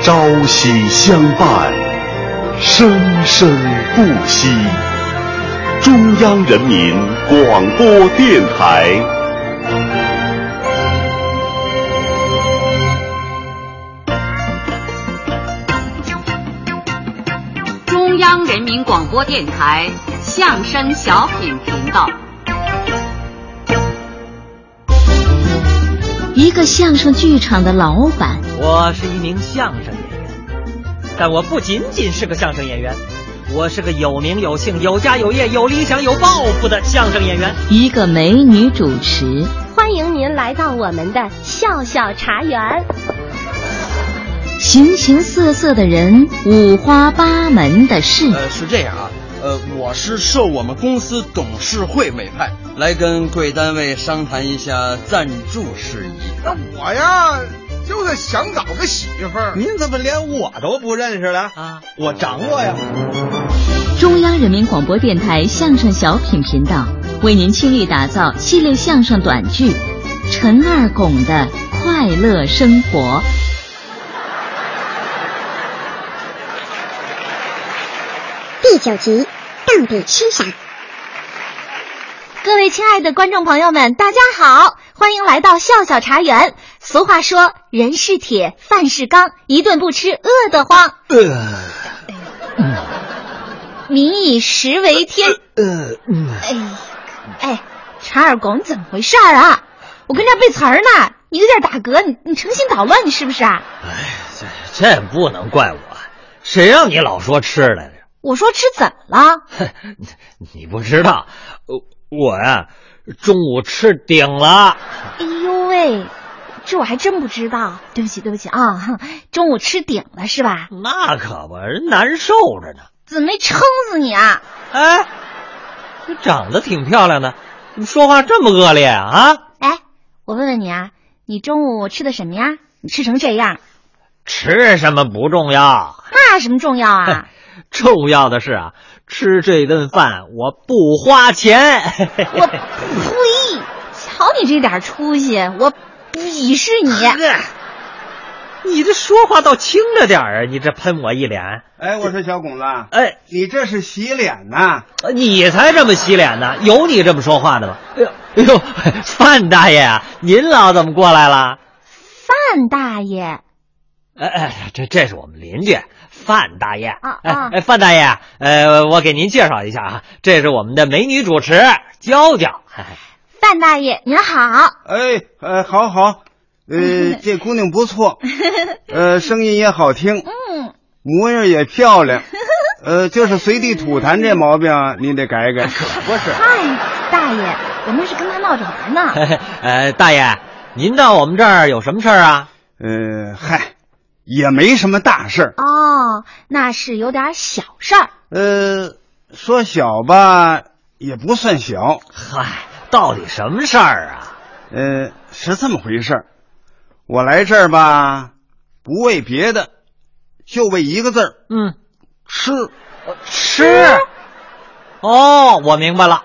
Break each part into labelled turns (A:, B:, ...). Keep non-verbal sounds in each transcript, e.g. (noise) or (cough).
A: 朝夕相伴，生生不息。中央人民广播电台。
B: 中央人民广播电台相声小品频道。
C: 一个相声剧场的老板，
D: 我是一名相声演员，但我不仅仅是个相声演员，我是个有名有姓、有家有业、有理想、有抱负的相声演员。
C: 一个美女主持，
E: 欢迎您来到我们的笑笑茶园。
C: 形形色色的人，五花八门的事。
F: 呃，是这样啊，呃，我是受我们公司董事会委派，来跟贵单位商谈一下赞助事宜。
G: 那我呀，就是想找个媳妇儿。
H: 您怎么连我都不认识了
D: 啊？
H: 我掌握呀！
C: 中央人民广播电台相声小品频道为您倾力打造系列相声短剧《陈二拱的快乐生活》。
I: 第九集到底吃啥？
E: 各位亲爱的观众朋友们，大家好，欢迎来到笑笑茶园。俗话说，人是铁，饭是钢，一顿不吃饿得慌。
F: 呃
E: 民以食为天。
F: 呃，嗯
E: 哎，哎，陈二狗，你怎么回事儿啊？我跟这儿背词儿呢，你有点打嗝，你你诚心捣乱，你是不是啊？
D: 哎，这这不能怪我，谁让你老说吃来着？
E: 我说吃怎么了？
D: 哼，你不知道，呃我呀、中午吃顶了。
E: 哎呦喂，这我还真不知道，对不起对不起啊、 (laughs) 哼中午吃顶了是吧？
D: 那可不，人难受着呢。
E: 怎么没撑死你啊？
D: 哎，你长得挺漂亮的，怎么说话这么恶劣啊？啊，
E: 哎，我问问你啊，你中午吃的什么呀？你吃成这样，
D: 吃什么不重要。
E: 那什么重要 (laughs) 啊？
D: 重要的是啊，吃这顿饭我不花钱。
E: 我
D: (laughs)
E: 呸！瞧你这点出息，我鄙视 (laughs) 你。
D: 你这说话倒轻着点儿啊！你这喷我一脸，
H: 哎，我说小拱子，
F: 呃
D: 哎，
H: 你这是洗脸呐？
D: 你才这么洗脸呢？有你这么说话的吗？哎呦，哎呦，范大爷啊，您老怎么过来了？
E: 范大爷，
D: 哎哎，这这是我们邻居范大爷。
E: 啊
D: 哎
E: 啊
D: 哎，范大爷，呃，我给您介绍一下啊，这是我们的美女主持娇娇。 (laughs) 哎
E: 范大爷您好，
H: 哎，呃，好好， (laughs) 呃，这姑娘不 (laughs) 错，呃，声音也好听，
E: 嗯，
H: 模样也漂 (laughs) 亮，呃，就是随地吐痰这毛病啊你得改改， (laughs) 可不是。
E: 嗨，大爷，我们是跟他闹着玩 (laughs) 呢。
D: 呃，大爷，您到我们这儿有什么事儿啊？
H: 呃，嗨，也没什么大事儿，
E: 哦，那是有点小事儿。
H: 呃，说小吧也不算小，
D: 嗨，到底什么事儿啊？
H: 呃，是这么回事儿，我来这儿吧，不为别的，就为一个字儿
D: 嗯，
H: 吃。呃
D: 吃。哦，我明白了，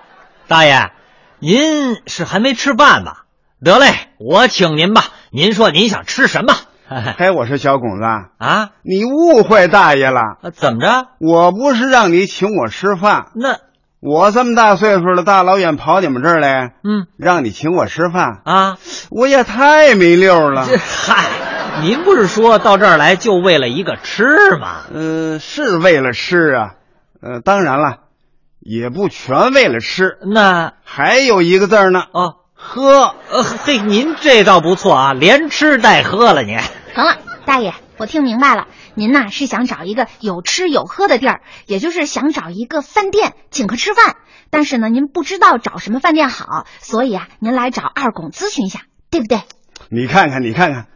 D: 大爷，您是还没吃饭吧？得嘞，我请您吧。您说您想吃什么？ (laughs)
H: 哎，我说小拱子，
D: 啊？
H: 你误会大爷了，
D: 呃怎么着？
H: 我不是让你请我吃饭，
D: 那
H: 我这么大岁数了，大老远跑你们这儿来，
D: 嗯
H: 让你请我吃饭，
D: 啊，
H: 我也太没溜儿了
D: 这。嗨，您不是说到这儿来就为了一个吃吗？
H: 呃，是为了吃啊，呃，当然了，也不全为了吃，
D: 那
H: 还有一个字儿呢，
D: 哦，
H: 喝。
D: 呃，嘿，您这倒不错啊，连吃带喝了您。
E: 成了，大爷，我听明白了，您呐是想找一个有吃有喝的地儿，也就是想找一个饭店请客吃饭。但是呢，您不知道找什么饭店好，所以啊，您来找二拱咨询一下，对不对？
H: 你看看，你看看，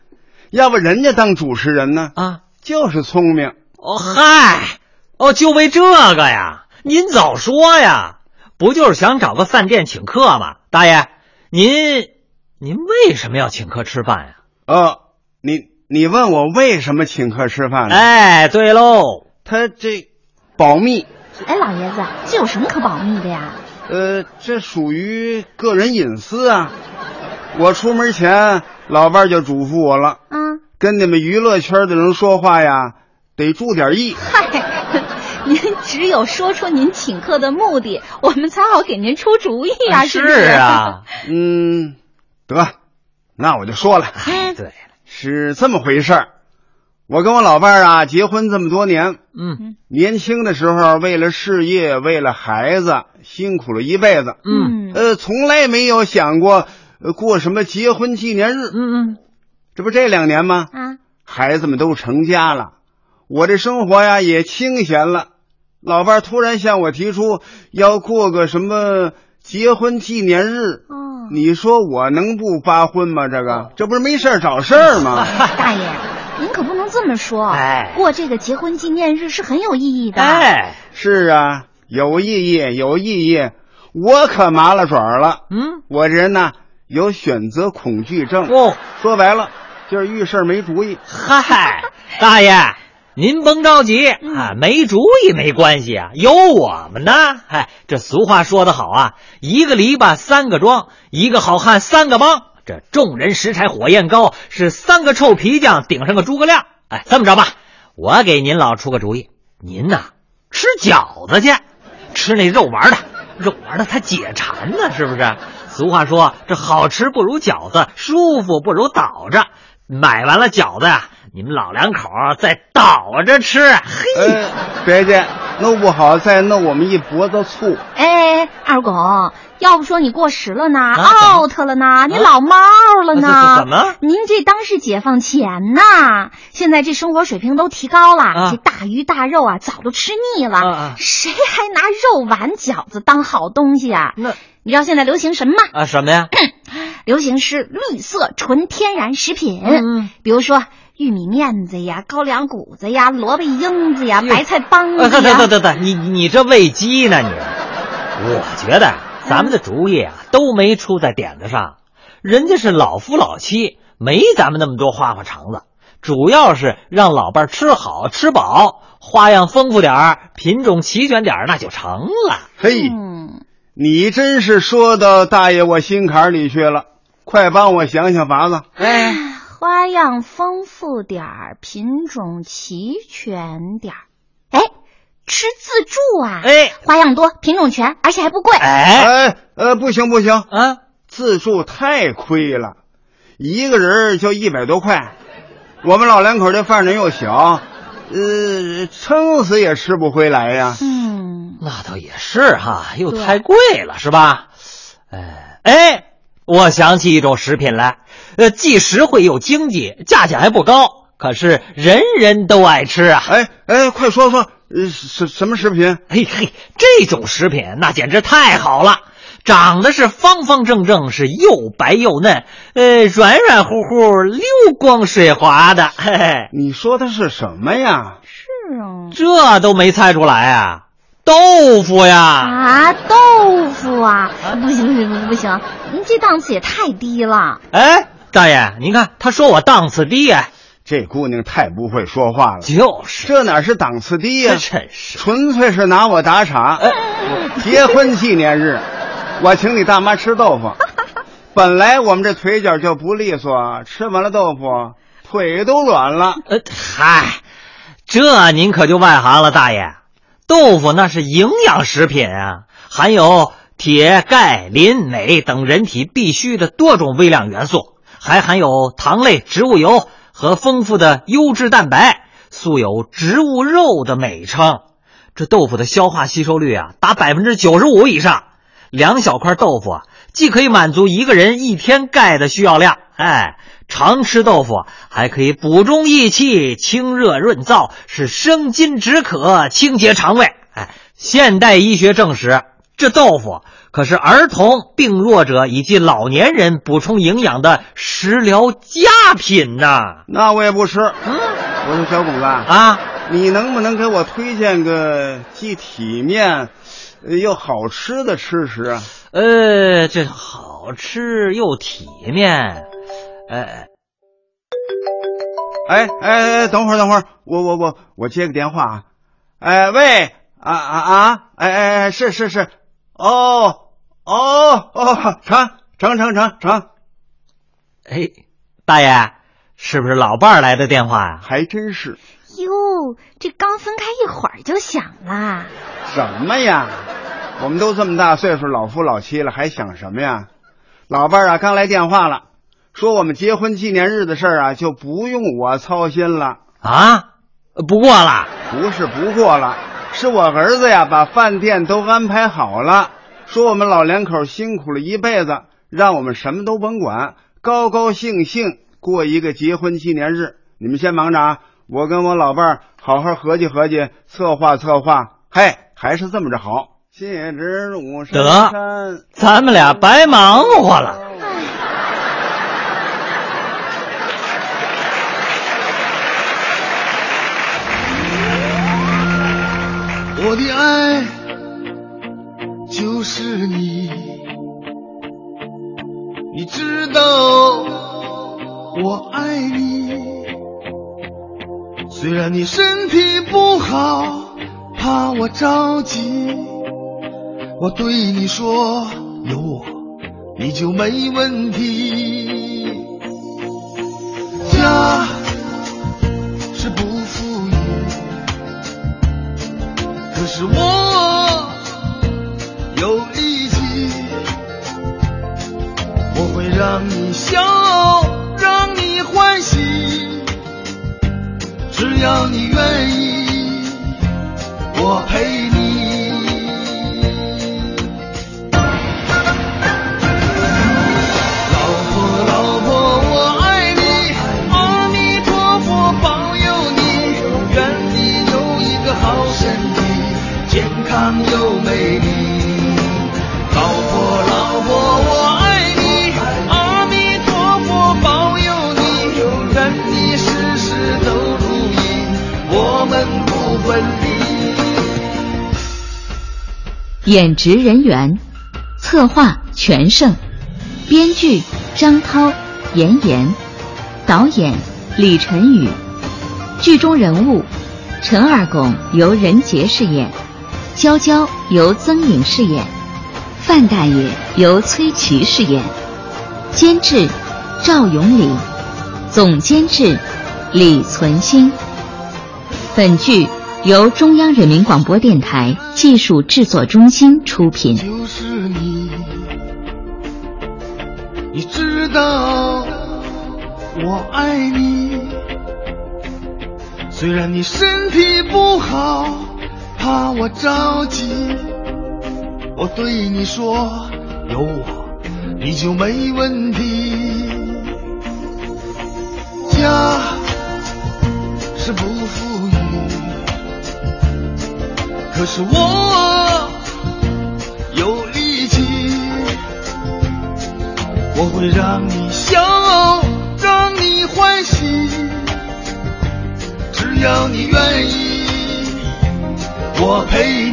H: 要不人家当主持人呢，
D: 啊，
H: 就是聪明。
D: 哦嗨，哦就为这个呀？您早说呀！不就是想找个饭店请客吗？大爷，您您为什么要请客吃饭呀？
H: 呃，你你问我为什么请客吃饭呢？
D: 哎，对喽，
H: 他这保密，
E: 哎，老爷子，这有什么可保密的呀？
H: 呃，这属于个人隐私啊。我出门前，老伴儿就嘱咐我了，
E: 啊，
H: 跟你们娱乐圈的人说话呀，得注点意。
E: 嗨， (laughs) 您只有说出您请客的目的，我们才好给您出主意啊！是不
D: 是啊，
H: 嗯，得，那我就说了，
D: 哎对了，
H: 是这么回事儿。我跟我老伴儿啊，结婚这么多年，
D: 嗯
H: 年轻的时候为了事业，为了孩子，辛苦了一辈子，
D: 嗯
E: 嗯
H: 呃，从来没有想过、呃过什么结婚纪念日。
D: 嗯嗯，
H: 这不这两年吗？
E: 啊，
H: 孩子们都成家了，我这生活呀也清闲了。老伴儿突然向我提出要过个什么结婚纪念日，
E: 哦，
D: 嗯
H: 你说我能不发昏吗？这个
D: 哦
H: 这不是没事儿找事儿吗？ (laughs)
E: 大爷，您可不能这么说。
D: 哎
E: 过这个结婚纪念日是很有意义的。，
D: 哎，
H: 是啊，有意义，有意义。我可麻了爪儿了，
D: 嗯，
H: 我这人呢有选择恐惧症，
D: 哦，
H: 说白了就是遇事儿没主意。
D: 嗨，大爷，您甭着急啊，没主意没关系啊，有我们呢。哎，这俗话说得好啊，一个篱笆三个桩，一个好汉三个帮。这众人拾柴火焰高，是三个臭皮匠顶上个诸葛亮。哎，这么着吧，我给您老出个主意，您呐、吃饺子去，吃那肉丸的，肉丸的它解馋呢，是不是？俗话说，这好吃不如饺子，舒服不如倒着。买完了饺子呀，你们老两口儿再倒着吃，嘿，
H: 呃，
D: (laughs)
H: 别介，弄不好再弄我们一脖子醋。
E: 哎，二狗，要不说你过时了呢、
D: 啊
E: o u t 了呢，你老帽了呢、
D: 啊怎怎怎么
E: 您这当是解放前呐，现在这生活水平都提高了，
D: 啊
E: 这大鱼大肉啊早都吃腻了，
D: 啊啊
E: 谁还拿肉丸饺子当好东西啊？
D: 那
E: 你知道现在流行什么吗？
D: 啊什么呀？
E: 流行是绿色纯天然食品，
D: 嗯嗯
E: 比如说玉米面子呀、高粱谷子呀、萝卜缨子呀、
D: 呦
E: 白菜帮
D: 啊，
E: 子
D: 对对
E: 呀。
D: 对对对，你你这喂鸡呢你？嗯我觉得啊咱们的主意啊都没出在点子上，人家是老夫老妻，没咱们那么多花花肠子，主要是让老伴儿吃好吃饱，花样丰富点儿，品种齐全点儿，那就成了。
H: 嘿，
E: 嗯，
H: 你真是说到大爷我心坎儿里去了，快帮我想想法子。
F: 哎，
E: 花样丰富点儿，品种齐全点儿。哎，吃自助啊！
D: 哎
E: 花样多，品种全，而且还不贵。
D: 哎
H: 哎，呃，不行不行，
D: 啊，
H: 自助太亏了，一个人儿就一百多块。我们老两口这饭量又小，呃，撑死也吃不回来呀。
E: 嗯，
D: 那倒也是哈，又
E: 对
D: 太贵了是吧？哎哎，我想起一种食品来，呃，既实惠又经济，价钱还不高，可是人人都爱吃啊。
H: 哎哎，快说说，呃，什什么食品？
D: 嘿嘿，这种食品那简直太好了，长得是方方正正，是又白又嫩，呃，软软乎乎、溜光水滑的，嘿嘿，
H: 你说的是什么呀？
E: 是啊。
D: 这都没猜出来啊？豆腐呀，
E: 啊，豆腐啊，不行不行不行不行，您这档次也太低了。
D: 哎，大爷，您看他说我档次低哎，
H: 这姑娘太不会说话了，
D: 就是。
H: 这哪是档次低呀、
D: 这真是
H: 纯粹是拿我打岔。结婚纪念日，我请你大妈吃豆腐。本来我们这腿脚就不利索，吃完了豆腐腿都软了。
D: 呃，嗨，这您可就外行了，大爷。豆腐那是营养食品啊，含有铁、钙、磷、镁等人体必需的多种微量元素，还含有糖类、植物油和丰富的优质蛋白，素有“植物肉”的美称。这豆腐的消化吸收率啊，达百分之九十五以上。两小块豆腐啊，既可以满足一个人一天钙的需要量，哎，常吃豆腐还可以补中益气、清热润燥，是生津止渴、清洁肠胃。哎，现代医学证实，这豆腐可是儿童、病弱者以及老年人补充营养的食疗佳品呐！
H: 那我也不吃。我说小谷子，
D: 啊，
H: 你能不能给我推荐个既体面呃又好吃的吃食啊？
D: 呃，这好吃又体面，呃，
H: 哎哎哎，等会儿等会儿，我我我我接个电话啊！哎喂啊啊啊！哎哎哎，是是是，哦哦哦，成成成成成，
D: 哎，大爷，是不是老伴儿来的电话呀、
H: 还真是。
E: 哟，这刚分开一会儿就想了。
H: 什么呀？我们都这么大岁数，老夫老妻了，还想什么呀？老伴儿啊，刚来电话了，说我们结婚纪念日的事儿啊，就不用我操心了。
D: 啊，不过了，
H: 不是不过了，是我儿子呀，把饭店都安排好了，说我们老两口辛苦了一辈子，让我们什么都甭管，高高兴兴过一个结婚纪念日。你们先忙着啊，我跟我老伴儿好好合计合计，策划策划。嘿，还是这么着好。谢之路深
D: 得
H: 山，
D: 咱们俩白忙活了。
G: 我的爱就是你，你知道我爱你。虽然你身体不好，怕我着急，我对你说有我你就没问题。家是不富裕。可是我有力气，我会让你笑，让你欢喜，只要你愿意，我陪你。老婆，老婆，我爱你，阿弥陀佛保佑你，愿你有一个好身体，健康又美丽。老婆，老婆，我爱你，阿弥陀佛保佑你，愿你事事都如意，我们不分离。
C: 演职人员，策划全胜，编剧张涛、严岩，导演李晨宇，剧中人物陈二拱由任杰饰演，娇娇由曾颖饰演，范大爷由崔琦饰演，监制赵永礼，总监制李存兴。本剧由中央人民广播电台技术制作中心出品。
G: 就是你，你知道我爱你。虽然你身体不好，怕我着急，我对你说有我你就没问题。家是不富裕，可是我。有力气，我会让你笑，让你欢喜，只要你愿意，我陪你。